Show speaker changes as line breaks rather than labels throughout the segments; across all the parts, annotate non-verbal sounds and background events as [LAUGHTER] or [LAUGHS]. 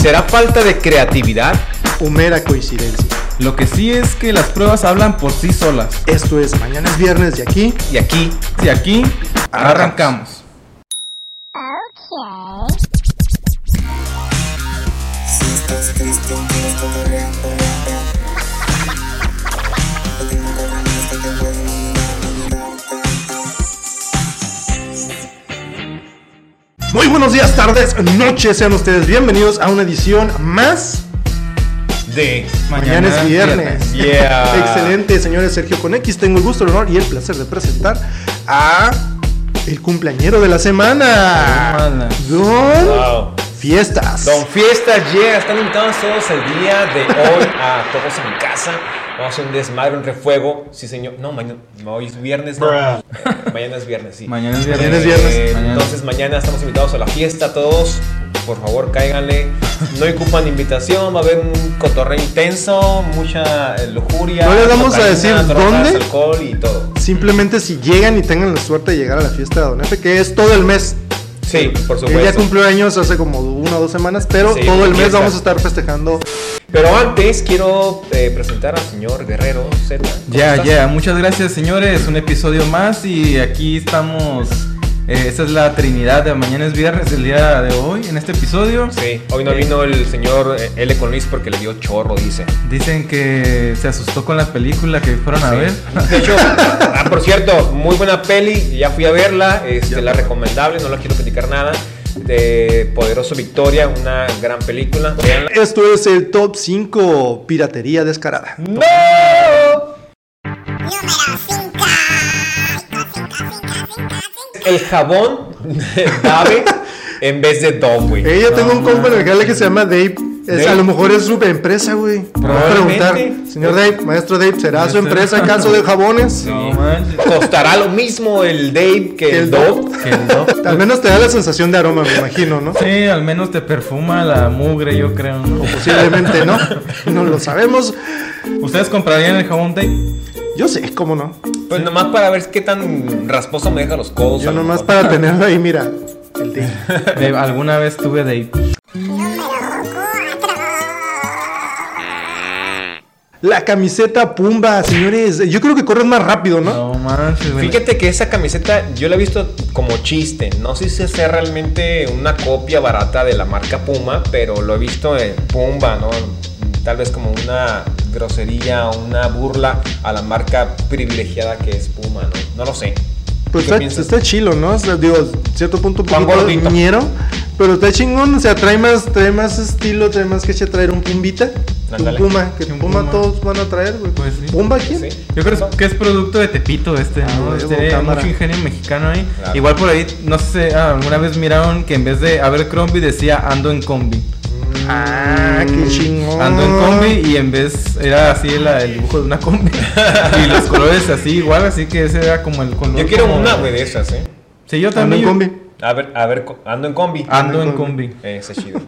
¿Será falta de creatividad?
o mera coincidencia.
Lo que sí es que las pruebas hablan por sí solas.
Esto es Mañana es Viernes y aquí
Y aquí
Y aquí arrancamos.
Muy buenos días, tardes, noches, sean ustedes bienvenidos a una edición más.
de...
Mañana, es
[LAUGHS]
viernes.
Yeah.
Excelente, señores Sergio con X. Tengo el gusto, el honor y el placer de presentar a el cumpleañero de la semana.
Semana.
Don
Wow.
Fiestas.
Ah. Don Fiesta, yeah, están invitados todos el día de hoy a todos en casa. Vamos a hacer un desmadre, un refuego. Sí, señor. No, mañana, no, hoy es viernes, no.
Bruh.
Mañana es viernes, sí.
Mañana es
Mañana es
viernes.
viernes.
Eh,
Mañana.
Entonces mañana estamos invitados a la fiesta todos. Por favor, cáiganle. No ocupan invitación, va a haber un cotorreo intenso, mucha eh, lujuria.
No les vamos a
cocaína,
decir dónde.
alcohol y todo.
Simplemente si llegan y tengan la suerte de llegar a la fiesta de Don F, que es todo el mes.
Sí, por
Él ya
supuesto.
cumplió años hace como una o dos semanas, pero
Sí,
todo el mes
fiesta.
vamos a estar festejando.
Pero antes quiero eh, presentar al señor Guerrero Z. ¿Cómo
Ya,
estás?
ya, muchas gracias señores, un episodio más y aquí estamos, eh, esta es la Trinidad de Mañana es Viernes, el día de hoy, en este episodio.
Sí, hoy no
Eh,
vino el señor eh, L con Luis porque le dio chorro, dice.
Dicen que se asustó con la película que fueron a
Sí.
ver.
[LAUGHS] De hecho, ah, por cierto, muy buena peli, ya fui a verla, este, la recomendable, no la quiero criticar nada. De Poderoso Victoria, una gran película. Véanla.
Esto es el top 5 piratería descarada.
¡No! El jabón de Dave en vez de Dove, güey.
Eh, yo tengo un compa en el jale que se llama Dave. Es-
Dave.
A lo mejor es su empresa, güey. Me va a preguntar,
Probablemente.
señor Dave, maestro Dave, ¿será su
Maestro.
empresa acaso de jabones?
No manches.
Costará lo mismo el Dave que el
El
Dove.
Que no.
Al menos te da la sensación de aroma, me imagino, ¿no?
Sí, al menos te perfuma la mugre, yo creo. ¿no?
Posiblemente no. No lo sabemos.
¿Ustedes comprarían el jabón Dave?
Yo sé, cómo no.
Pues nomás para ver qué tan rasposo me deja los codos. a
Yo
lo
nomás
mejor.
para tenerlo ahí, mira. El Dave.
Dave, Alguna vez tuve Dave.
La camiseta Pumba, señores. Yo creo que corren más rápido, ¿no?
No manches, güey.
Fíjate que esa camiseta yo la he visto como chiste. No sé si sea realmente una copia barata de la marca Puma, pero lo he visto en Pumba, ¿no? Tal vez como una grosería o una burla a la marca privilegiada que es Puma, ¿no? No lo sé.
Pues
¿Qué
está,
piensas?
está chilo, ¿no? O sea, digo, cierto punto un
Pan
poquito
gordito.
ñero, pero está chingón, o sea, trae más, trae más estilo, trae más que traer un pumbita,
Ándale.
un puma, que
Un
puma,
puma.
todos van a traer, güey.
Pues sí.
¿Pumba quién?
Sí.
Yo creo que es producto de Tepito este,
Ah,
¿no?
huevo,
Tiene
cámara.
mucho ingenio mexicano ahí.
Claro.
Igual por ahí, no sé, ah, alguna vez miraron que en vez de haber combi decía ando en combi.
Ah, qué chingón.
Ando en combi y en vez era así la- el dibujo de una combi. y los colores así igual, así que ese era como el color.
Yo quiero
como-
una, güey, de esas, ¿eh?
Sí, yo
Ando
también.
en combi.
A ver, a ver, co- ando en combi.
Ando en combi.
Eh, Ese es chido.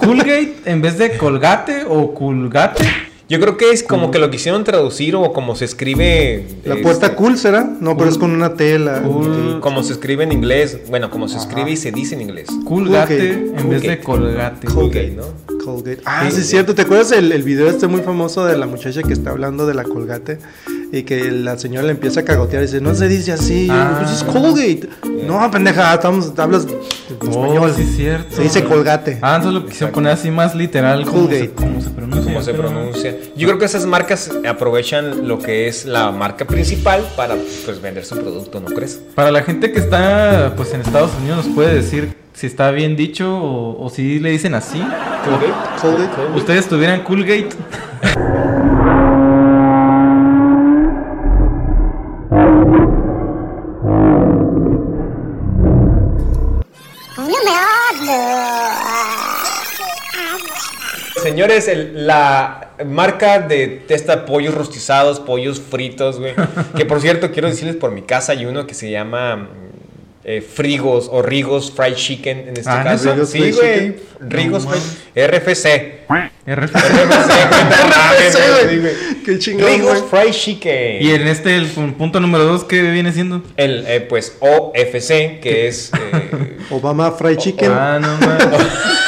Colgate en vez de colgate o culgate.
Yo creo que es como que lo quisieron traducir o como se escribe.
La
este,
puerta cool será, no, pero es con una tela.
Cool.
Como se escribe en inglés. Bueno, como se escribe y se dice en inglés.
Culgate
Colgate,
en vez de
Colgate.
colgate.
Colgate, ¿no?
Colgate. Ah,
Sí,
sí,
sí.
es cierto. ¿Te acuerdas el, el video este muy famoso de la muchacha que está hablando de la colgate? Y que la señora le empieza a cagotear y dice, no se dice así,
Ah.
pues es Colgate. No, pendeja, estamos, hablas en
Oh,
español.
sí, es cierto.
se dice colgate.
Ah, entonces lo quisieron poner así más literal. Como
Colgate.
se, como se pronuncia.
cómo
yo
se
creo.
pronuncia. Yo creo que esas marcas aprovechan lo que es la marca principal para pues, vender su producto, ¿no crees?
Para la gente que está pues en Estados Unidos, ¿nos puede decir si está bien dicho o, o si le dicen así?
Colgate.
¿Ustedes tuvieran [LAUGHS] Coolgate?
Señores, el- la marca de testa pollos rostizados, pollos fritos, güey. que por cierto, quiero decirles por mi casa hay uno que se llama mm, eh, Frigos o Rigos Fried Chicken en este
Ah,
caso.
¿Rigos
sí,
Fried
güey.
Chicken?
Rigos Fried RFC.
RFC. Ah,
RFC, güey. Qué chingón,
Rigos
güey.
Fried Chicken.
Y en este, el pun- punto número dos, ¿qué viene siendo?
El, eh, pues, OFC, que es... eh,
Obama Fried Chicken.
Ah, no, mames.
[LAUGHS]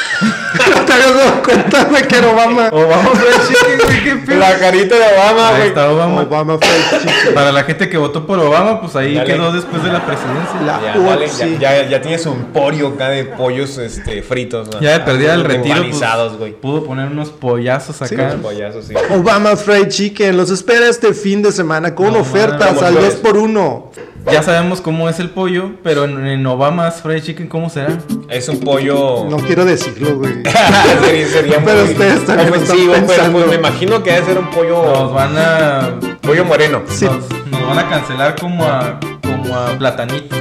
[LAUGHS]
¿No te habías dado cuenta, güey, que era Obama?
Obama Fried Chicken, güey, qué pedo.
la carita de Obama,
Ahí
güey.
está Obama.
Obama Fried Chicken.
Para la gente que votó por Obama, pues ahí
Dale.
quedó después de la presidencia.
La
Ya, dale, ya-
UFC.
ya, ya tienes un emporio acá de pollos este, fritos. ¿no?
Ah,
Ya de perdida el retiro, pues,
Empanizados, güey.
pudo poner unos pollazos acá.
Unos pollazos, sí.
Obama Fried Chicken. Los espera este fin de semana con
No,
ofertas
mames.
al 2x1.
ya sabemos cómo es el pollo, pero en, en Obama's Fried Chicken, ¿cómo será?
Es un pollo... [LAUGHS]
No quiero decirlo, güey.
sería, sería
Pero
muy
ustedes también lo están
ofensivo, pero
pensando.
pues, me imagino que debe ser un pollo...
Nos van a.
Pollo moreno.
Sí.
Nos, nos van a cancelar como a. Como a platanito.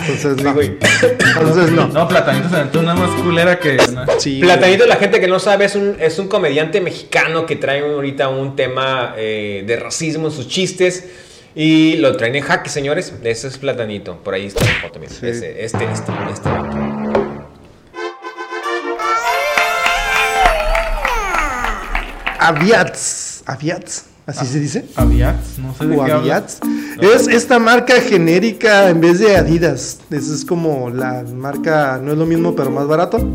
Entonces
Sí,
no.
güey.
Entonces no.
No, platanito se aventó una más culera que. ¿no?
Sí,
Platanito, la gente que no sabe, es un, es un comediante mexicano que trae ahorita un tema eh, de racismo en sus chistes. Y lo traen en jaque, señores. Ese es Platanito. Por ahí está la foto, mira.
Sí.
Ese, este, este, este.
Aviats. Aviats. Así se dice.
Aviats, no sé de
O
qué
Aviats.
hablas.
Es esta marca genérica en vez de Adidas. Esa es como la marca, no es lo mismo, pero más barato.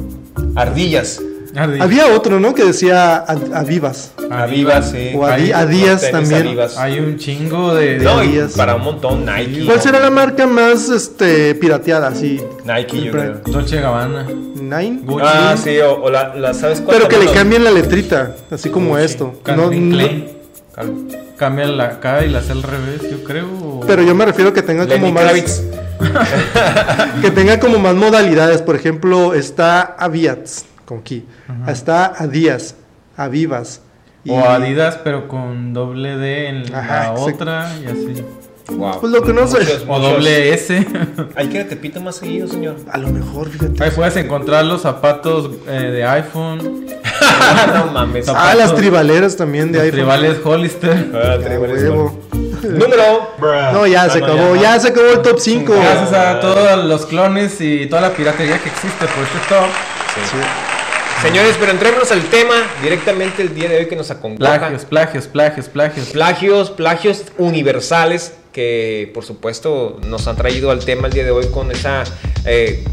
Ardillas.
Adi-
Había otro, ¿no? Que decía Ad- Avivas.
Avivas, sí.
O a,
Ahí,
Di- a Díaz
Tenis
también.
Avivas.
Hay un chingo de.
De-
No, y
Adidas.
para un montón. Nike.
¿Cuál será la marca más este, pirateada? Así,
Nike, yo creo.
Dolce Gabbana.
Nine.
Gucci.
Ah, sí, o, o la, la- ¿sabes cuál?
Pero que le
Bueno,
cambien la letrita, así como
Gucci.
esto. No,
Calvin
no-
Klein. Cal- Cambia la K y la hace al revés, yo creo. o-
pero yo me refiero que tenga
Lenny
como más
Kravitz.
[LAUGHS] que tenga como más modalidades, por ejemplo, está Aviats con Ki, está Adidas, Avivas y-
O Adidas, pero con doble D en
Ajá,
la
exacto.
otra y así.
Wow.
Pues lo que no sé.
Muchos,
O
muchos.
doble S. [LAUGHS]
Hay que ir a Tepito más seguido,
[LAUGHS]
señor.
a lo mejor fíjate.
Ahí puedes encontrar los zapatos eh, de iPhone,
no mames.
No,
ah, las
zapatos.
tribaleras también de
los
ahí.
tribales pues, Hollister.
Ah,
Ya,
tribales,
huevo.
Número. Ah,
No,
Ah,
ya se
no,
acabó,
ya,
ya, se acabó el top 5.
Gracias
Oh.
a todos los clones y toda la piratería que existe por este top.
Señores, pero entrémonos al tema directamente el día de hoy que nos acompaña.
Plagios, plagios, plagios, plagios.
Plagios, plagios universales que por supuesto nos han traído al tema el día de hoy con esa eh,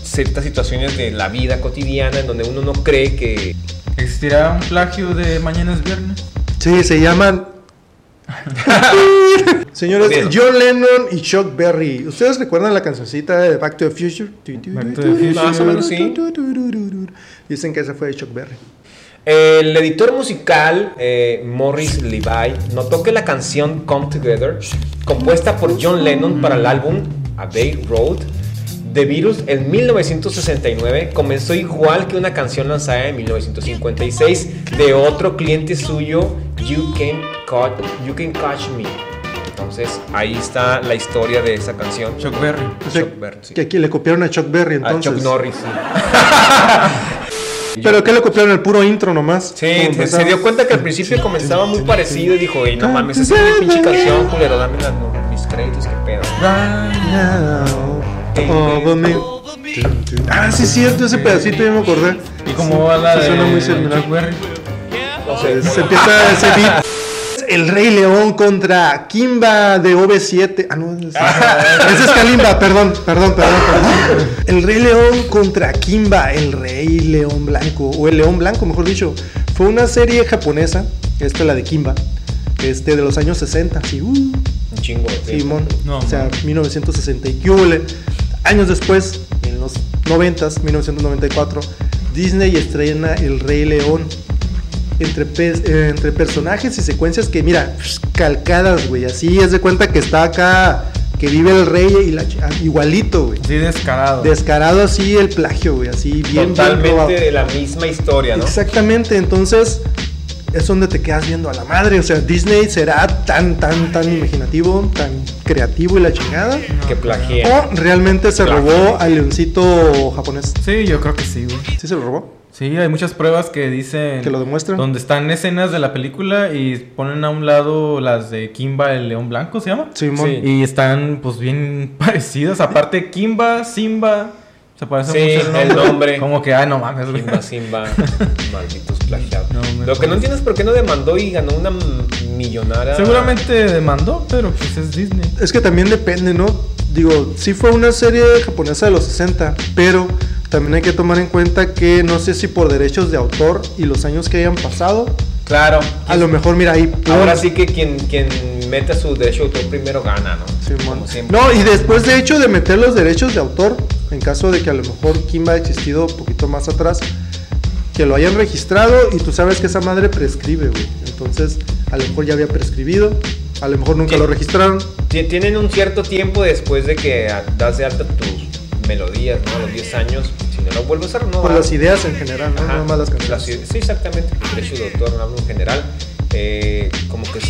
ciertas situaciones de la vida cotidiana en donde uno no cree que
¿Existirá un plagio de mañana es viernes?
Sí,
[LAUGHS]
se llaman Señores,
Bien.
John Lennon y Chuck Berry. ¿Ustedes recuerdan la cancioncita de Back to the Future?
Back to the Future.
Más o menos, sí.
Dicen que esa fue de Chuck Berry.
El editor musical eh, Morris Levi notó que la canción Come Together, compuesta por John Lennon para el álbum Abbey Road, The Virus en 1969 comenzó igual que una canción lanzada en 1956 de otro cliente suyo, You Can Catch, you Can Catch Me. Entonces ahí está la historia de esa canción.
Chuck Berry.
O sea,
Chuck Berry, sí.
que aquí le copiaron a Chuck
A
Berry entonces.
Chuck Norris. sí.
Pero que le copiaron el puro intro nomás.
Sí,
Como
te-
empezaba.
se dio cuenta que al principio comenzaba muy parecido y dijo, ey, no mames, esa es mi pinche canción, culero, dame las- mis créditos, qué pedo.
Right.
Now, over me. Ah, sí, es cierto, ese pedacito ya me acordé.
¿Y cómo va la
Sí,
de
suena muy similar.
Chuck Berry?
No sé,
Se empieza ese beat. El Rey León contra Kimba de OV7. Ah, no, ese es, ese es Kalimba, perdón, perdón, perdón, perdón. El Rey León contra Kimba, el Rey León Blanco, o el León Blanco, mejor dicho. Fue una serie japonesa, esta la de Kimba, este, de los años 60. Sí, uh,
un chingo. sí.
Simón,
No,
o sea,
man.
1960 y qué hubole. Años después, en los 90s, 1994, Disney estrena El Rey León. Entre, pes- eh, entre personajes y secuencias que, mira, pues, calcadas, güey. Así es de cuenta que está acá, que vive el rey y la ch- ah, igualito, güey.
Sí, descarado.
Descarado así el plagio, güey. Así bien, bien robado.
Totalmente de la misma historia, ¿no?
Exactamente, entonces es donde te quedas viendo a la madre. O sea, Disney será tan, tan, tan imaginativo, tan creativo y la chingada.
Que plagia.
O realmente se
Claro.
robó al leoncito japonés.
Sí, yo creo que sí, güey.
¿Sí se lo robó?
Sí, hay muchas pruebas que dicen.
¿Que lo demuestran?
Donde están escenas de la película y ponen a un lado las de Kimba, el león blanco, ¿se llama?
Simón.
Sí.
[LAUGHS] Y están, pues, bien parecidas. Aparte, Kimba, Simba, Se parece
Sí,
mucho
el nombre.
Como que, ay, no mames, güey.
Simba, Simba,
[LAUGHS]
malditos plagiados.
No, me
Lo que
parece.
no entiendo es por qué no demandó y ganó una millonada.
Seguramente demandó, pero pues es Disney.
Es que también depende, ¿no? Digo, sí fue una serie japonesa de los 60, pero también hay que tomar en cuenta que no sé si por derechos de autor y los años que hayan pasado,
Claro.
a lo mejor, mira, ahí...
Ahora
pum,
sí que quien, quien meta su derecho de autor primero gana, ¿no?
Simón.
Como siempre.
No, y después de hecho de meter los derechos de autor, en caso de que a lo mejor Kimba ha existido un poquito más atrás, que lo hayan registrado y tú sabes que esa madre prescribe, güey. Entonces, a lo mejor ya había prescribido, a lo mejor nunca
Sí.
lo registraron.
Ti- Tienen un cierto tiempo después de que a- das de alta tus melodías, ¿no? A los 10 años. Si no lo vuelvo a hacer, no.
Por
va.
las ideas en general, ¿no?
ah, Ajá,
Nada más las
las
canciones.
ide- sí, exactamente. Derecho de autor, no hablo en general. Eh, como que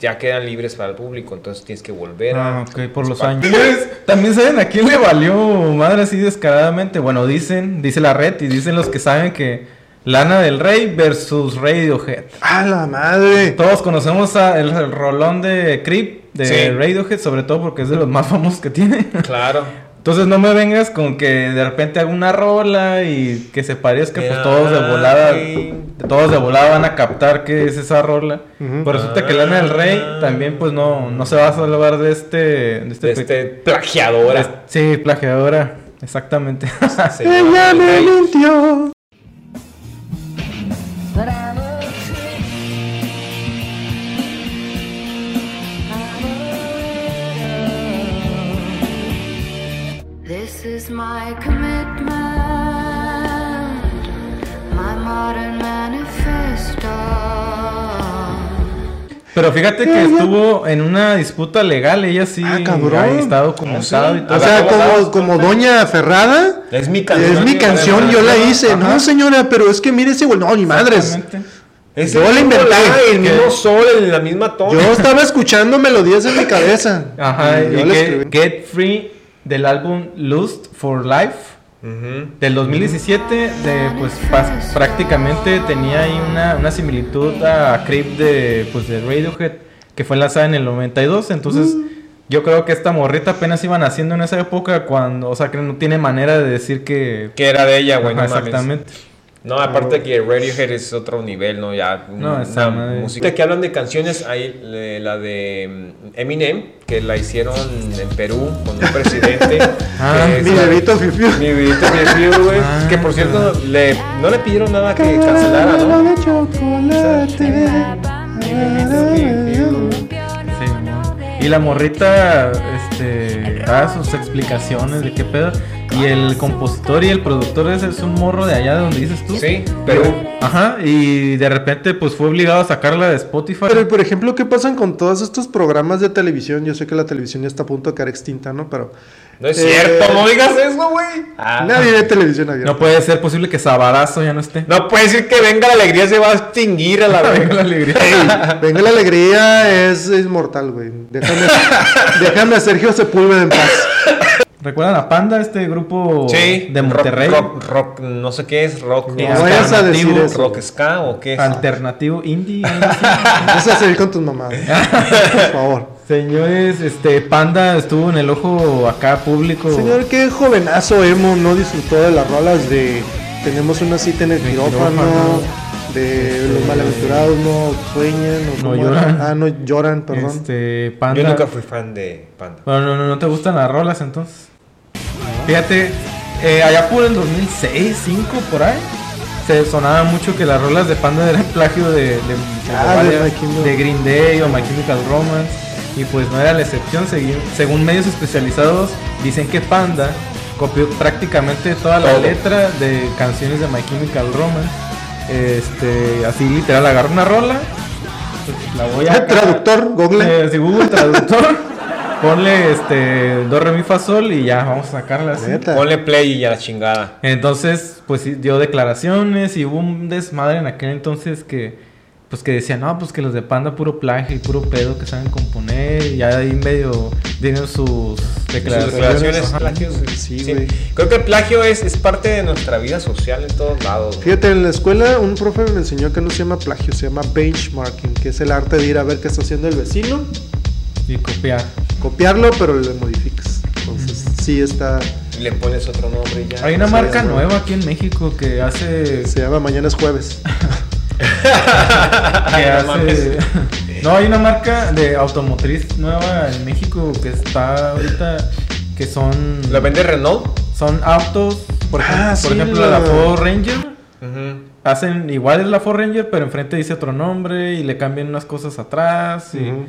ya quedan libres para el público, entonces tienes que volver a.
Ah, ok, por los años. Señores, También saben a quién le valió madre así descaradamente. Bueno, dicen, dice la red y dicen los que saben que Lana del Rey versus Radiohead.
¡A la madre!
Todos conocemos a el, el rolón de Creep de
Sí.
Radiohead, sobre todo porque es de los más famosos que tiene. [LAUGHS]
Claro.
Entonces no me vengas con que de repente hago una rola y que se parezca, pues
Ay.
todos de volada, todos de volada van a captar que es esa rola.
Ujú.
Pues resulta que Lana del Rey también pues no, no se va a salvar de este... De este,
De
pe-
este plagiador.
de-
este
este, sí, plagiadora,
[LAUGHS]
exactamente.
¡Ella me mintió!
But I'm a creep. I'm a widow. This is my commitment, my modern manifesto.
[LAUGHS] Pero fíjate que estuvo en una disputa legal, ella sí
Ah, cabrón.
ahí está
Ah,
documentado
sí.
y
O
todo.
sea,
¿cómo sabes?
como, como Doña Ferrada,
Es mi canción.
es mi canción, yo la hice. No, señora, pero es que mire ese güey. No, ni madres.
Exactamente.
Yo la inventé.
El mismo sol, en la misma toma.
Yo estaba escuchando melodías en mi cabeza.
Ajá,
Y yo la
y que-
escribí.
Get Free del álbum Lust for Life.
Ujú.
Del 2017, de, pues pa- prácticamente tenía ahí una, una similitud a Creep de, pues, de Radiohead, que fue lanzada en el 92. Entonces,
Mm.
yo creo que esta morrita apenas iban haciendo en esa época, cuando, o sea, que no tiene manera de decir que.
Que era de ella, güey.
Ajá,
no mames.
exactamente.
No, aparte que Radiohead es otro nivel, ¿no? Ya. mm,
No,
una
esa madre.
música que hablan de canciones, hay eh, la de mm, Eminem, que la hicieron en Perú con un presidente.
[LAUGHS] Ah,
que es
Mi
la-
bebito fifiu.
Mi bebito fifiu, güey.
Ah.
que por cierto, le, no le pidieron nada que cancelara,
Caramelo
¿no?
de chocolate.
Sí, ¿no? Y la morrita este, da sus explicaciones de qué pedo. Y el compositor y el productor ese es un morro de allá de donde dices tú.
Sí, Perú.
Ajá, y de repente pues fue obligado a sacarla de Spotify.
Pero, por ejemplo, ¿qué pasan con todos estos programas de televisión? Yo sé que la televisión ya está a punto de quedar extinta, ¿no? Pero
No es
Eh,
cierto, no digas eso, güey. Ah.
nadie ve televisión
No
abierta.
puede ser posible que Sabarazo ya no esté.
No puede decir que venga la alegría, se va a extinguir
[LAUGHS]
a la
Venga la
verga.
alegría.
Venga la alegría, es inmortal, güey.
[LAUGHS]
Déjame, déjame a Sergio Sepúlveda en paz.
¿Recuerdan a Panda, este grupo
Sí,
de Monterrey?
Rock, rock, rock, no sé qué es, rock.
No
ska,
vayas a decir
alternativo,
eso.
¿Rock ska o qué es?
Alternativo indie. algo así. [LAUGHS]
Vas a salir con tus mamás. Por favor.
Señores, este Panda estuvo en el ojo acá público.
Señor, qué jovenazo emo no disfrutó de las rolas de Tenemos una cita en el
De
quirófano,
quirófano. Este,
de Los malaventurados no sueñan, o
No
cómo era.
lloran.
Ah, no lloran, perdón.
Este Panda.
Yo nunca fui fan de Panda.
Bueno, no, no, no te gustan las rolas entonces. Fíjate, eh, allá por el 2006, 5 por ahí, se sonaba mucho que las rolas de Panda eran plagio de, de, de
Ah, de
varias-
My Chemical-
de Green Day o My Chemical Romance. Y pues no era la excepción, segui- según medios especializados dicen que Panda copió prácticamente toda la
Todo.
letra de canciones de My Chemical Romance. Este, así literal, agarró una rola, pues, la voy
[LAUGHS]
a...
Traductor, Google.
Eh, si Google Traductor, [LAUGHS] ponle este do re mi fa sol y ya vamos a sacarla así.
Neta.
Ponle play y ya la chingada.
Entonces, pues sí, dio declaraciones y hubo un desmadre en aquel entonces que pues que decían, "No, pues que los de Panda puro plagio y puro pedo que saben componer." Y ya ahí medio dieron sus
Sus
declaraciones.
declaraciones,
Ajá.
plagios,
Sí,
sí,
güey.
Creo que el plagio es, es parte de nuestra vida social en todos lados. güey.
Fíjate, en la escuela un profe me enseñó que no se llama plagio, se llama benchmarking, que es el arte de ir a ver qué está haciendo el vecino,
y copiar.
copiarlo, pero le modificas. Entonces, sí está.
Y le pones otro nombre y [LAUGHS] ya.
Hay una
Sí,
marca
güey.
nueva aquí en México que hace.
Se llama Mañana es Jueves.
[LAUGHS]
que
No
hace...
mames.
no, hay una marca de automotriz nueva en México que está ahorita. Que son.
¿La vende Renault?
Son autos. Por ejemplo,
Ah,
por
sí,
ejemplo la
la-
Ford Ranger.
Ujú.
Hacen igual es la Ford Ranger, pero enfrente dice otro nombre y le cambian unas cosas atrás. Y
Ujú.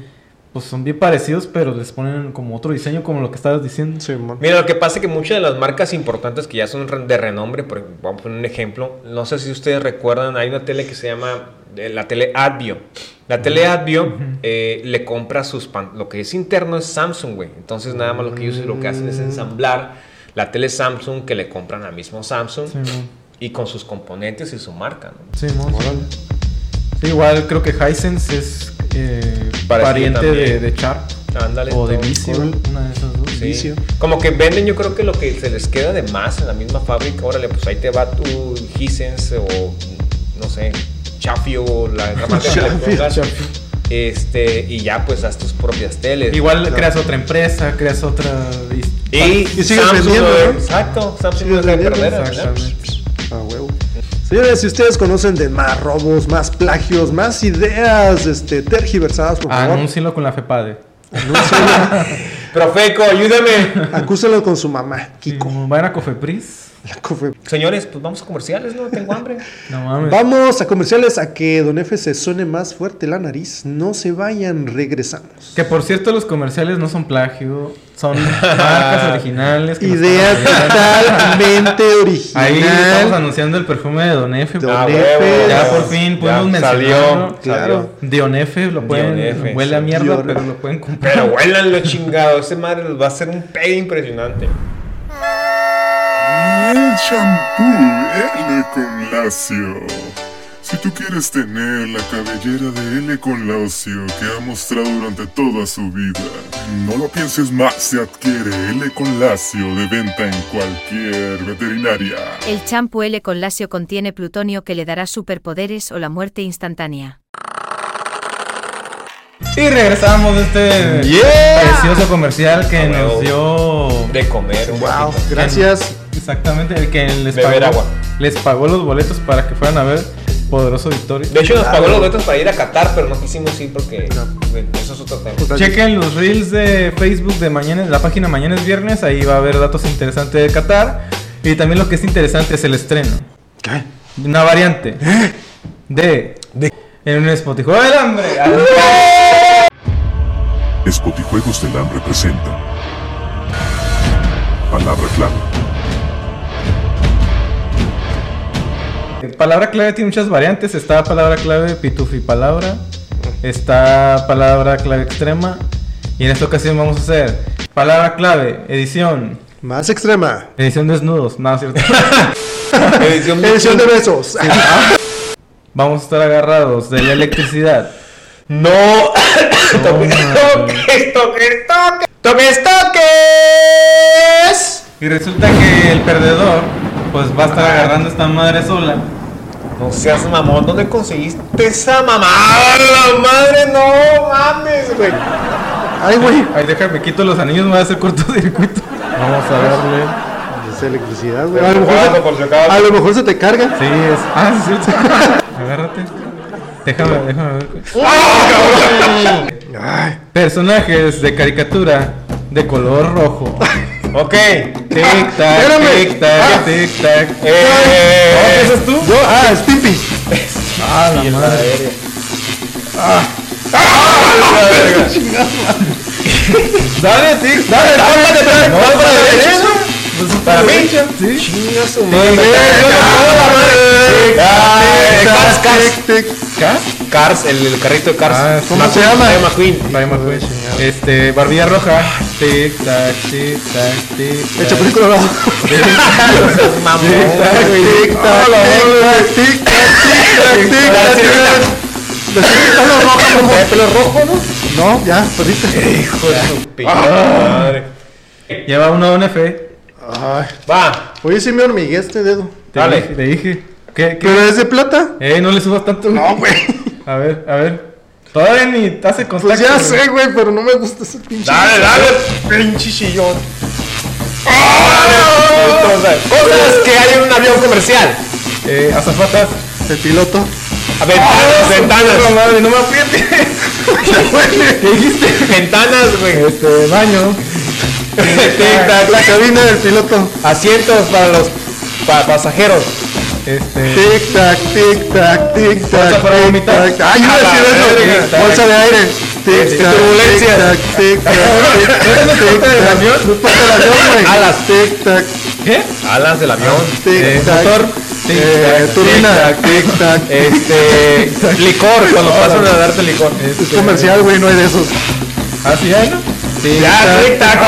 pues son bien parecidos, pero les ponen como otro diseño, como lo que estabas diciendo.
Simón.
Mira, lo que pasa es que muchas de las marcas importantes que ya son re- de renombre, por ejemplo, vamos a poner un ejemplo, no sé si ustedes recuerdan, hay una tele que se llama eh, la tele Advio. La tele Advio eh, le compra sus pan- lo que es interno es Samsung, güey. Entonces nada más lo que ellos lo que hacen es ensamblar la tele Samsung que le compran al mismo Samsung
Simón.
y con sus componentes y su marca, ¿no?
Simón.
Órale.
Sí, igual creo que Hisense es eh,
Parecido
pariente
también.
de, de Sharp
Ándale,
o de
entonces,
Vizio,
órale.
una de esas dos.
Sí.
Vicio.
Como que venden, yo creo que lo que se les queda de más en la misma fábrica, órale, pues ahí te va tu Hisense o no sé, Chafio o la la marca que le
Chafio,
pongas. Este, y ya pues haz tus propias teles.
Igual
Claro.
creas otra empresa, creas otra.
Y,
Y sigues vendiendo,
no-
¿no?
Exacto, Samsung
Sigues
no es la
vendiendo,
perdera, ¿verdad?
Exactamente.
A Ah, huevo. Señores, si ustedes conocen de más robos, más plagios, más ideas este, tergiversadas, por favor,
Anúncialo con la FEPADE.
anúncienlo.
Profeco, ayúdame.
acúsenlo con su mamá, Kiko.
Como Van a Cofepris.
La cofe-
Señores, pues vamos a comerciales, ¿no? Tengo hambre.
No mames.
Vamos a comerciales a que Don F se suene más fuerte la nariz. No se vayan, regresamos.
Que por cierto, los comerciales no son plagio,
[LAUGHS]
son marcas originales. que nos
Idea
están vendiendo.
totalmente
Ahí estamos
original.
anunciando el perfume de Don Efe.
Don
Ah,
Efe.
huevo,
Ya
huevo.
por fin
Ya
pudimos mencionarlo.
Salió,
Claro.
salió.
Don Efe, lo pueden.
Don Efe,
huele a
sí.
mierda,
Don-
pero lo pueden comprar.
Pero huelan los chingados, ese madre va a ser un pedo impresionante.
El shampoo L con lacio. Si tú quieres tener la cabellera de L con lacio que ha mostrado durante toda su vida, no lo pienses más, se adquiere L con lacio de venta en cualquier veterinaria.
El champú L con lacio contiene plutonio que le dará superpoderes o la muerte instantánea.
Y regresamos de este precioso comercial que
A
nos
huevo.
dio.
De comer, un
Wow,
poquito.
gracias.
Exactamente, el que les
Beber
pagó,
agua.
les pagó los boletos para que fueran a ver Poderoso Victoria.
De hecho, nos pagó los boletos para ir a Qatar, pero no quisimos ir porque güey, eso es otro tema.
Chequen los reels de Facebook de mañana, la página Mañana es Viernes, ahí va a haber datos interesantes de Qatar. Y también lo que es interesante es el estreno.
¿Qué?
Una variante
¿Eh?
de. En un espotijuego del
[LAUGHS]
hambre.
Spotijuegos del Hambre presenta Palabra clave.
Palabra clave tiene muchas variantes. Está palabra clave pitufi palabra. Está palabra clave extrema. Y en esta ocasión vamos a hacer palabra clave, edición.
Más extrema.
Edición desnudos, nada cierto. [LAUGHS]
Edición de-
[LAUGHS] Edición de besos.
vamos a estar agarrados de la electricidad.
No. [LAUGHS] toques, toques, toques, toques. Toques, toques.
Y resulta que el perdedor, pues va a estar agarrando esta madre sola.
No seas mamón, ¿dónde conseguiste esa mamada? La madre, no mames, güey.
Ay, güey.
Ay, déjame quito los anillos, me va a hacer cortocircuito. Vamos a darle.
Es electricidad, güey. A lo mejor se-
por si acaso.
a lo mejor se te carga.
Sí, es. Ah, sí, es cierto. [LAUGHS] Agárrate. Déjame, déjame ver. ¡Oh,
Ay,
Personajes de caricatura de color rojo.
Ok.
Tic tac,
Espérame.
tic tac, tic tac.
Eh,
Ah. ¿Ese es tú?
Yo, ah, es pipi.
Ah, la madre. Dale, tic, dale, dale, dale,
¿vas para la derecha?
Pues,
Para mí, sí. Tic,
Ah, eh, Cars, Cars.
Tic, tic.
¿Ca?
Cars, el, el carrito de Cars.
Ah,
¿Cómo se llama?
Rayo
[LAUGHS]
McQueen.
Rayo McQueen. Este, barbilla roja. Tic, tac, tic, tac, tic.
El
tac.
chapulín colorado.
No seas mamón, güey.
[LAUGHS] Tic, tac, tic, tac, tic, tac, tic, tac, tic, tac. Los pelo rojo, [LAUGHS] por favor.
¿Pelo rojo, no?
No, ya, perdiste.
Hijo de su pinche madre.
Lleva uno de un F.
Ay,
Va.
Oye, sí me hormigué este dedo.
Te
Dale.
dije- Te dije. ¿Qué, qué?
¿Pero es de plata?
Eh, no le subas tanto.
No, [LAUGHS] güey.
A ver, a ver. Todavía ni te hace contacto.
Pues ya
güey.
sé, güey, pero no me gusta ese pinche.
Dale, dale.
Pinche chillón.
Cosas cosas que hay en un avión comercial.
Eh, azafatas.
El piloto.
A ver, ventanas.
No, madre, no me aprietes.
¿Qué dijiste? Ventanas, güey.
Este, baño.
Tic,
Este,
tac,
La cabina del piloto.
Asientos para los pa- pasajeros.
Este.
Tic tac, tic tac, tic tac.
Bolsa para
tic,
vomitar.
tac. Ay, yo iba a decir
verga,
eso.
está
Bolsa de aire. Tic tac, tic
Turbulencia.
tac, tic tac. Tic
parte del
tac.
avión?
No es parte del avión, güey.
Alas.
Tic tac,
¿Qué?
Alas del avión.
Eh,
tic tac.
motor. Tic,
Eh,
tac,
Turbina. Tic tac.
Este. Licor, cuando pasan a darte licor.
Es comercial, güey, no hay de esos.
¿Ah, sí hay, no? Sí.
Ya, tic, tac.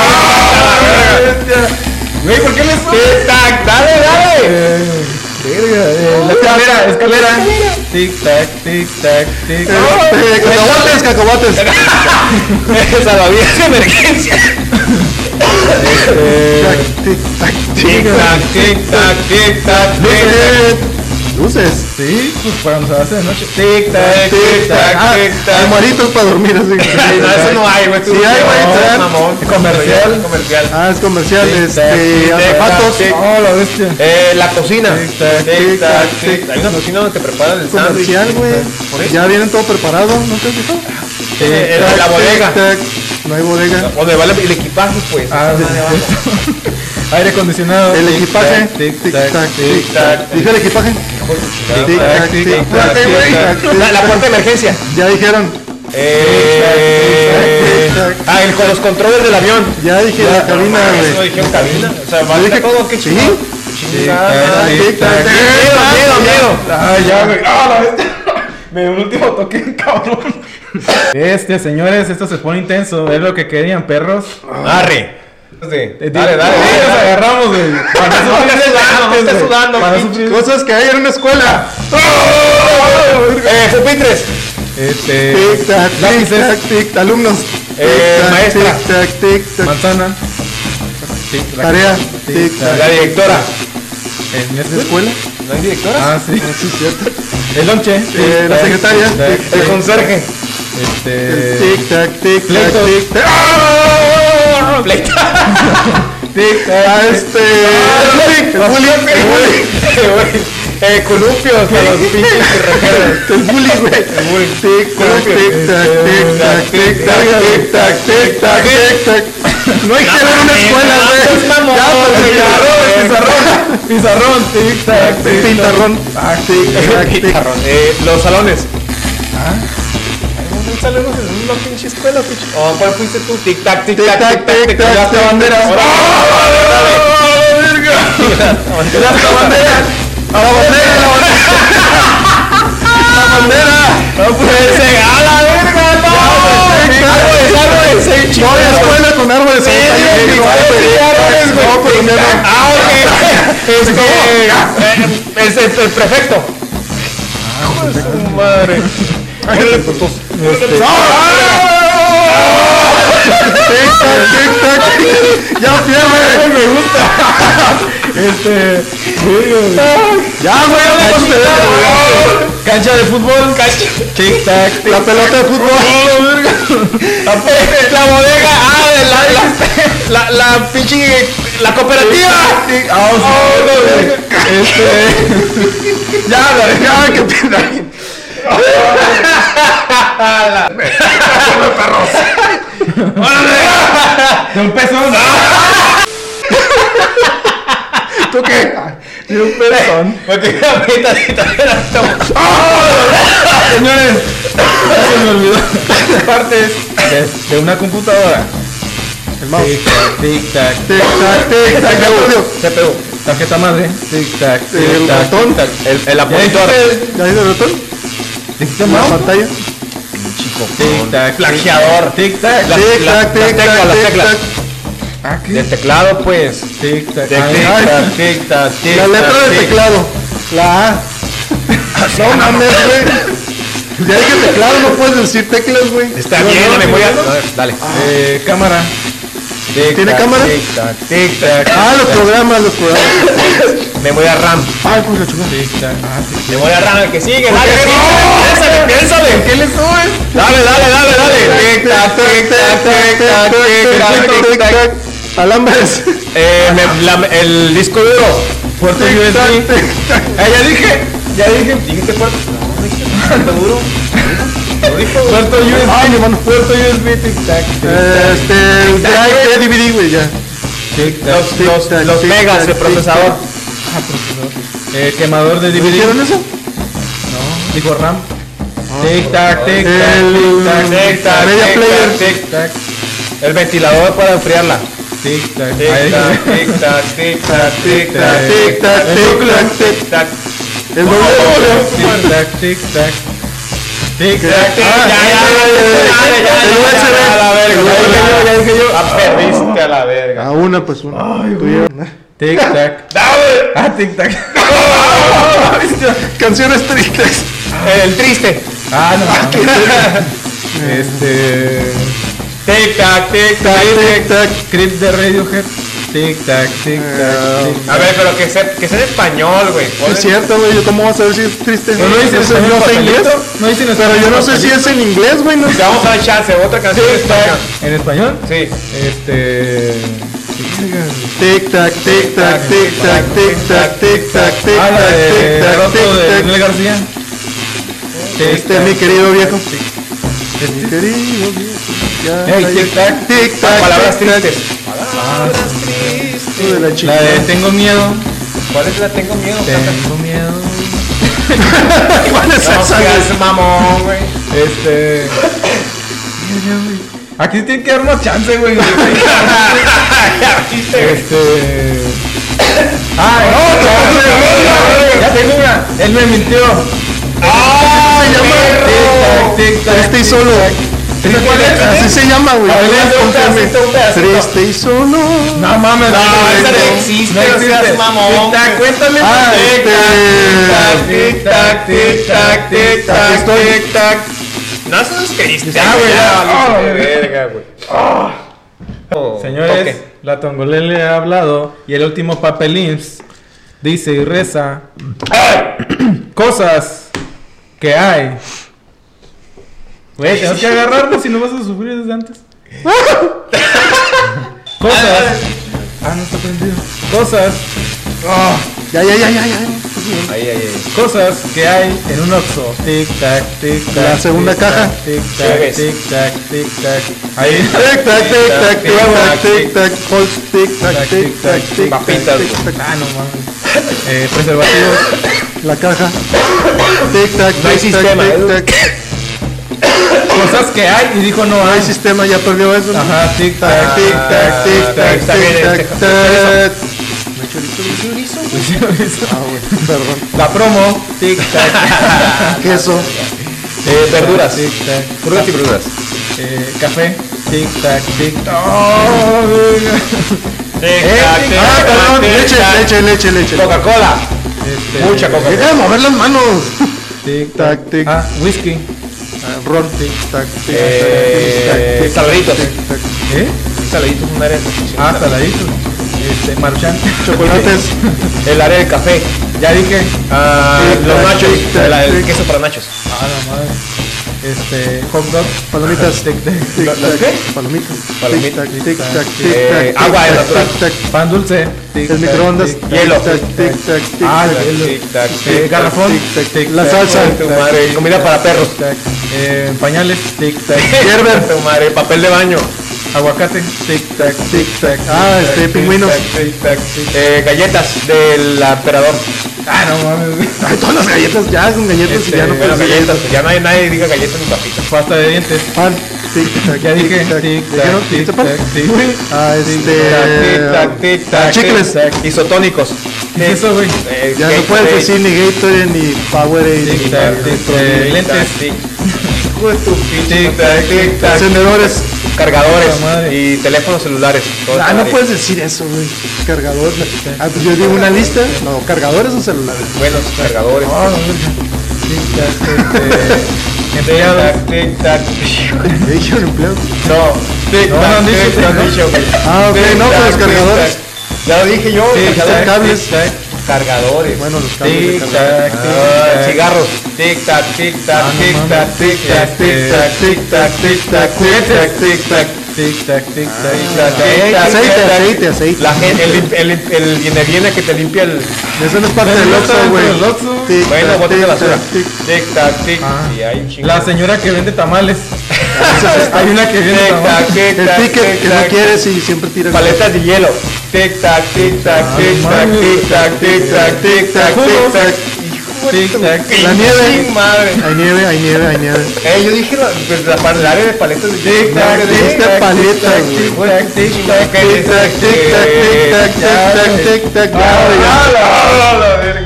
Güey, ¿por qué les
Tic, tac. Dale, dale.
eh, La escalera, escalera. Tic tac, tic tac, tic tac.
Eh, Cacahuates, cacahuates.
Salvavidas de emergencia.
Este,
Tic tac,
Tic, tac, tic, tac, tic, tac. tic,
tic. Luces.
Sí, pues para nos hacer de noche. Tic
tac, Tic,
Ah,
tac, tic, tac.
Almohaditas para dormir [LAUGHS] así.
No, eso no hay, güey. tú.
Sí Ah, hay, güey,
No,
está.
mamón.
Comercial.
Comercial.
Ah, es comercial,
Tic, tac,
este,
tic, tac,
azafatos.
tic.
Oh, la bestia.
Eh, la cocina.
Tic, tac,
Tic, tac,
tic,
tic. Hay una cocina donde te preparan el sándwich.
Comercial,
Por
güey.
eso.
Ya vienen todo preparado, ¿no te has fijado?
Eh,
Tac,
era la
tic,
bodega.
tac. No hay bodega.
Donde va el el equipaje, pues.
Ah,
Esa
sí,
madre va.
Aire acondicionado.
El
Tic,
equipaje.
tac,
Tic tac, tic
tac.
tac. Dije el equipaje. Tic tac, tic
tic,
tac.
tac,
güey.
tic,
Tac, tic,
La, la
tac.
puerta de emergencia.
Ya dijeron.
Eh, ah, el, con los controles del avión.
Ya dije la cabina,
Eso
güey.
dijeron cabina. O sea,
Yo
falta
dije-
todo, qué
Sí. Eh,
chingón. Chingada.
Tac, tic, tac.
Miedo, miedo, miedo.
Ah, ya, güey. Ah, la
este [LAUGHS]
bestia. Me dio un último toque, cabrón. Este, señores, esto se pone intenso. Es lo que querían, perros.
Arre. Dale,
Eh,
dale, dale.
tío, sí, Nos
dale.
agarramos, güey. Para
No,
sufrir
estés sudando,
antes,
estés
güey.
sudando,
Para
pinche.
sufrir.
Cosas que hay en una escuela.
Eh, pupitres.
Este.
Tic tac, tic
lápices.
tac, tic. Alumnos.
Eh,
Tic, tac,
maestra.
Tic tac, tic tac.
Manzana. Sí, la-
Tarea.
Tic,
Tic
tac.
tac.
La directora.
¿En este?
¿Escuela?
¿No hay directora?
Ah, sí.
Sí, cierto.
El lonche.
Eh, la secretaria.
Tic,
El
tac.
conserje. Eh,
Este.
Tic tac, tic tac,
pleitos.
tic
[LAUGHS]
tac.
Pleita.
Tic tac. Este. El bully, el bully.
Eh, columpios para los pinches
[LAUGHS]
rejeros.
El bully, güey. Tic tac, tic tac, tic tac, tic tac, tic tac, tic tac, tic tac. No hay que ver una escuela, güey. Ya, pues,
Pizarrón, pizarrón, tic
El
tac, tic tac.
pintarrón. Ah, Tic tac, tic tac.
Eh, los salones. Ah, ¿Algún salón en una pinche escuela, pinche? Oh, ¿cuál fuiste tú? Tic tac, tic tac, tic tac, tic tac.
Ya está bandera.
¡Ah! Ya está bandera.
¡A la bandera, a la bandera! ¡La bandera!
No puede ser. ¡A la verga! ¡No! Árboles, árboles, eh,
No
chingados.
hay escuela con árboles.
Sí,
Ahí
sí,
digo,
sí,
ay,
sí,
güey.
árboles, güey.
No, pero mira, no.
Ah, ok. Este. eh, Es el, el prefecto. Hijo de su madre. Órale, pues, ¡Ah! tus-
este, ¡Ah! Tic tac, tic tac. Ya fíjame. Me gusta. Este. Ya, güey, ya me gusta.
Cancha de fútbol. Cancha. Tic tac. tic,
La pelota de
[LAUGHS]
fútbol.
La pe- Oh, la bodega. Ah, de la, la, la, la pinche. La cooperativa.
Ah,
Oh, no, verga.
Ya, la ya, que pinta.
De
[LAUGHS]
un peso. No.
¿Tú qué?
De un pezón.
Porque ahorita- ahorita era esto.
Señores, ya se me olvidó. Partes de, de una computadora. El mouse. Tic tac, tic tac.
Tic tac, tic tac. Ya volvió.
Se pegó.
Tarjeta madre. Tic tac, tic
El
tac.
ratón.
El, el
Ya
apunto.
dijiste-
¿Ya hice el ratón?
dijiste
La
mouse.
pantalla.
Tic tac,
Plagiador.
Tic tac,
La-
Tic
la-
tac,
la
tic
tecla,
tac,
la
tic
tecla.
tac.
Ah, ¿qué?
Del teclado, pues.
tic tac.
De
Ay,
tic
ay.
tac, tic tac, tic
La letra
tac,
del
tic.
teclado.
[LAUGHS]
La A.
ah,
No mames, güey. Ya dije teclado, no puedes decir teclas, güey.
Está
No,
bien,
no,
me voy a.
no.
a ver, Dale.
Eh, cámara.
Tic,
¿Tiene
tac,
cámara?
Tic tac, tic tac.
Ah, los programas, los programas.
Me voy a RAM.
Ay, pues la chingada.
Tic tac. Ah, sí.
Me voy a RAM. el Que sigue, dale. Piénsale, piénsale. ¿Qué le subes? Dale, dale, dale, dale. Tic tac, tic tac, tic tac, tic tac, tic tac.
Alambres.
Eh, me- la- el disco duro. Puerto USB. Eh, ya dije. Ya dije. Dijiste puerto. No, dije puerto duro. Lo dijo. Puerto USB.
Ay, mi mano.
Puerto USB. Tic tac.
Este, el drive de DVD, güey, ya.
Tic tac. Los, los,
tic-tac,
los
tic-tac,
megas de
tic-tac.
procesador.
Eh, quemador de DVD.
¿Hicieron eso?
No, digo RAM. Tic tac, tic tac,
El-
Tic
tic tac,
tac.
Media
tic,
player.
tac, tic,
tic tac,
El ventilador para enfriarla.
tic tac. Ahí
Tic tac.
dice.
Tic tac. Tic tac. Tic tac.
Tic tac, tic tac, tic.
Tic tac.
El doble.
Tic tac, tic tac. Tic tac.
Ya, ya,
ya, ya, ya, ya, ya,
a la verga.
ya dije yo, ya dije yo.
Ah, Perdiste a la verga.
A una, pues una. Tú llevas una.
Tic tac. Ah, tic tac.
[LAUGHS] Canciones tristes.
El triste.
Ah, no. mames.
[LAUGHS]
Este.
Tic tac, tic tac, tic
Tic tac.
Creep de Radiohead. Tic tac, tic
Ah,
tac. tic,
A
tac.
ver, pero que sea, que sea en español, güey.
No
Ponle-
Es cierto, güey. Yo cómo vas a ver si es triste.
No lo dicen,
No sé-
¿no?
no sé
¿Papelito?
inglés.
No dicen
Pero yo no sé si es en inglés, güey. No
Te
sé.
vamos a dar chance, otra canción en español.
¿En español?
Sí.
Este.
Tic tac, tic tac, tic tac, tic tac, tic tac, tic
Ah, la
tac,
de
tic tac,
Roto de
tic
Miguel
tac.
García.
Este mi querido viejo. Mi
Este-
querido viejo. ya
Ey,
está
tic
ahí.
tac.
Tic tac.
Palabras
tic, tac.
tristes.
Hijo de la
La de
chingada.
Tengo miedo.
¿Cuál es la tengo miedo?
Tengo miedo.
¿Cuál es
No
esa, güey?
seas mamón, güey.
[LAUGHS]
Este. Aquí tiene que darnos chance,
[LAUGHS]
güey. Este. ¡Ay! ¡Ya tengo una! ¡Él me mintió!
Ay, ya
Tic-tac,
me-
tic-tac,
Triste y solo.
¿Esa cuál es?
Así se llama, güey.
A ver, hazte un
Confirme.
pedacito, un pedacito.
Triste y solo.
No mames, no,
esa no
güey.
existe,
No
no seas mamón. pues.
Tic-tac, cuéntame.
Ah, este.
Tic tac, tic tac, tic
Aquí
tac,
estoy.
tic tac. No seas triste,
Ya, güey, ya.
valiste
Ah, güey.
verga, güey. Oh,
Señores,
ok.
la tongolele ha hablado y el último papel IMSS dice y reza [CLEARS THROAT] cosas que hay. Güey, tenemos que agarrarnos si no vas a sufrir desde antes. cosas. Ah, no está prendido. Cosas,
Ya, ya, ya, ya, ya.
Ahí, ahí, ahí.
cosas que hay en un oxo. Tic tac, tic tac.
La segunda
tic, tac,
caja.
Tic tac,
Cheves.
tic tac, tic tac. Ahí.
Tic tac, tic tac, tic tac, tic tac, Holz, tic tac,
Tac,
tic tac, tic tac,
Papitas,
tic
güey.
tac.
Ah, no mames. Eh, preservativos.
La caja. Tic tac,
No hay
tic tac,
sistema,
tic
¿eh?
tac.
cosas que hay y dijo no
No
hay.
hay sistema, ya perdió eso.
Ajá, tic
Tac,
tac,
tic tac, tic
Ah,
tac,
está bien,
tic tac,
este-
tac.
tic.
Ah, Perdón.
[LAUGHS] La promo, tic tac.
Ah,
Queso.
Eh, verduras.
Tic tac.
Frutas y verduras.
Eh, café, tic tac, tic tac. Oh, verga.
Tic-tac,
tic,
Ah,
tic-tac,
perdón, leche,
tic-tac.
leche, leche, leche.
Coca-Cola.
Este,
Mucha Coca-Cola.
Deja de mover las manos.
Tic
Tac, tic.
Ah, whisky.
Ah, Ron, tic tac, tic
Eh,
tac, tic tac,
saladitos.
tic tac.
¿Eh?
Un saladito es un área de
Ah, saladito. Este,
[LAUGHS]
maruchan.
Chocolates.
El área del café.
Ya dije.
Ah,
Tic-tac,
los nachos.
tic-tac,
la- el
tic.
queso para nachos.
Ah, la madre. Este, hot dog.
[LAUGHS]
Palomitas.
Tic tac.
Tic
¿Los qué?
tac, palomitas. Tic
Palomitas.
tac, tic tac, tic
Eh,
tac.
agua
tic,
de
tac,
natural.
tic, tac.
Pan dulce. Tic,
El
tac,
microondas.
tic,
hielo.
Tic tac, tic tac, tic
Ah,
tac.
el hielo.
Tic-tac,
Eh,
tic-tac,
garrafón.
tic-tac.
Tic-tac.
La salsa.
Ay, tu madre. Comida para perros.
Tic-tac. Eh, pañales. Tic-tac.
[LAUGHS]
Gerber. [LAUGHS] Tu madre. Papel de baño.
Aguacate. Tic-tac. Tic-tac.
Ah, este,
tic-tac, tic-tac,
pingüinos.
Tic-tac. tic-tac.
Eh, galletas del emperador.
Ah, no mames. [LAUGHS] güey.
Ay, todas las galletas, ya con galletas y
Este,
ya no
Eh, Bueno,
puedes decir.
galletas. Ya nadie, nadie diga galletas ni papitas.
Pasta de dientes.
Pan, tic tac,
Ya dije.
tic tac. ¿Dijeron?
Tic-tac.
¿Dijiste pan?
Tic-tac. tic-tac.
Ah,
Tic-tac,
este.
tic-tac.
Chicles.
tic-tac. Isotónicos.
¿Qué es eso, güey?
Eh,
Ya no
Gatorade.
puedes decir eh, ni Gatorade ni Powerade ni
Tic-tac, tic-tac.
Tic-tac,
Lentes.
tic. Hijo de tu pinche
Tic-tac,
madre.
tic-tac.
encendedores.
Cargadores
Puta madre.
y teléfonos celulares. Todo
Ah,
esa
no
madre.
puedes decir eso, güey. Cargador. Ah, pues yo digo una lista. No, cargadores o celulares.
[LAUGHS] Buenos cargadores.
Ah, tic-tac, este, Empleados.
Tic-tac, tic-tac.
Ya dijeron empleo.
No, tic
No,
tac,
no han dicho,
tic tac,
no.
han dicho, güey.
Ah, ok,
Tic,
no,
tac,
pues,
tic,
cargadores.
tac. Ya lo dije yo,
Tic-tac,
cargadores.
cables.
tic-tac,
Cargadores.
Bueno, los cables de cargador.
Tic-tac.
Ah,
tic-tac.
cigarros. Tic tac, tic tac,
Ah, no
tic tac,
mames.
tic tac, tic tac, tic tac, tic tac, tic tac, tic tac,
Tic tac, tic
La
tac.
gente- la
aceite,
gente-
aceite, aceite.
La gente, el, lim- el, lim- el viene viene que te limpia el.
Eso no es parte
Pero
del
no
Oxxo,
está dentro
güey.
del Oxxo.
Tic,
Bueno,
tac,
botes de
tic,
basura.
tac, tic.
Tic tac, tic.
Ah.
Sí, hay un chingo.
La señora que vende tamales. [LAUGHS] Hay una que vende
Tic tac,
tamales.
tic
pues, El
tac.
ticket
tic,
que no
tac.
quieres y siempre tira.
Paletas de hielo. Tic tac, tic tac,
Ah,
tic tac,
mames.
tic tac, tic tac, tic tac, tic
Jugos.
tac.
Tic tac.
La nieve.
Sí, madre.
Hay nieve, hay nieve, hay nieve.
Eh, yo dije la, pues, la, pa- la área de paletas de tic tac,
No, dijiste paleta, güey.
tic tac, tic tac, tic tac,
Tic, tac, tic, tac, tic, tac, tic, tac. Ya, güey, ya.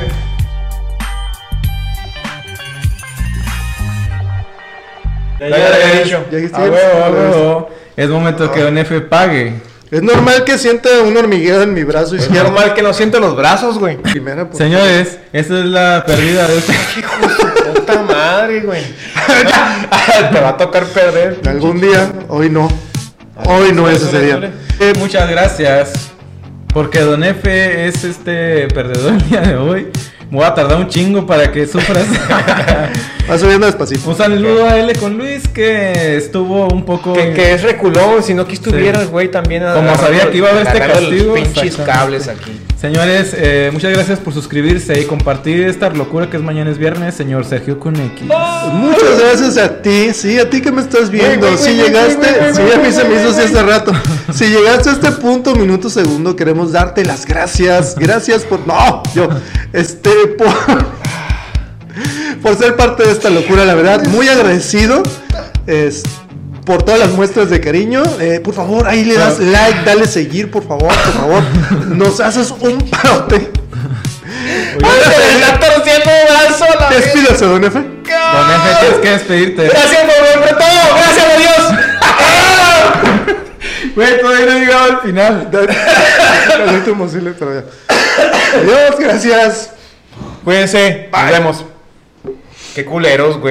Ya, ya lo había dicho.
Ya dijiste,
A huevo, a huevo. Es momento que un F pague.
Es normal que sienta un hormigueo en mi brazo
Qué
izquierdo.
normal que no siento los brazos, güey.
Primera, pues.
Señores, esta es la pérdida de este. [LAUGHS]
Puta madre, güey. Te va a tocar perder.
Algún día, hoy no. Hoy no es ese día.
Eh, Muchas gracias. Porque Don F es este perdedor el día de hoy. Me voy a tardar un chingo para que [LAUGHS] sufras.
Eh, Va subiendo despacito.
un saludo a L con Luis que estuvo un poco.
Que, que es reculón, si no que estuvieras, güey, también.
Como sabía que iba a haber este
agarrando los
castigo,
pinches
exactamente.
cables aquí.
Señores, eh, muchas gracias por suscribirse y compartir esta locura que es mañana es viernes, señor Sergio con X.
Muchas gracias a ti, sí, a ti que me estás viendo.
güey,
Si
güey, güey,
llegaste,
güey,
sí,
güey,
a mí
güey,
se me
güey,
hizo así
güey.
hace rato. Si llegaste a este punto, minuto, segundo, queremos darte las gracias. Gracias por. No, yo. Este, por. Por ser parte de esta locura, la verdad. Muy agradecido. Es. Por todas las muestras de cariño, Eh, por favor, ahí le das like, dale seguir, por favor, por favor. Nos haces un
[LAUGHS]
parote.
¡Se está torciendo el brazo! la verga!
Despídase, don Efe.
Don F, tienes que despedirte.
¡Gracias por, por todo! ¡Gracias a Dios!
[LAUGHS] Güey, todavía no he llegado al final.
[LAUGHS] El último sí le traía. Adiós, gracias.
Cuídense, nos vemos. Qué culeros, güey.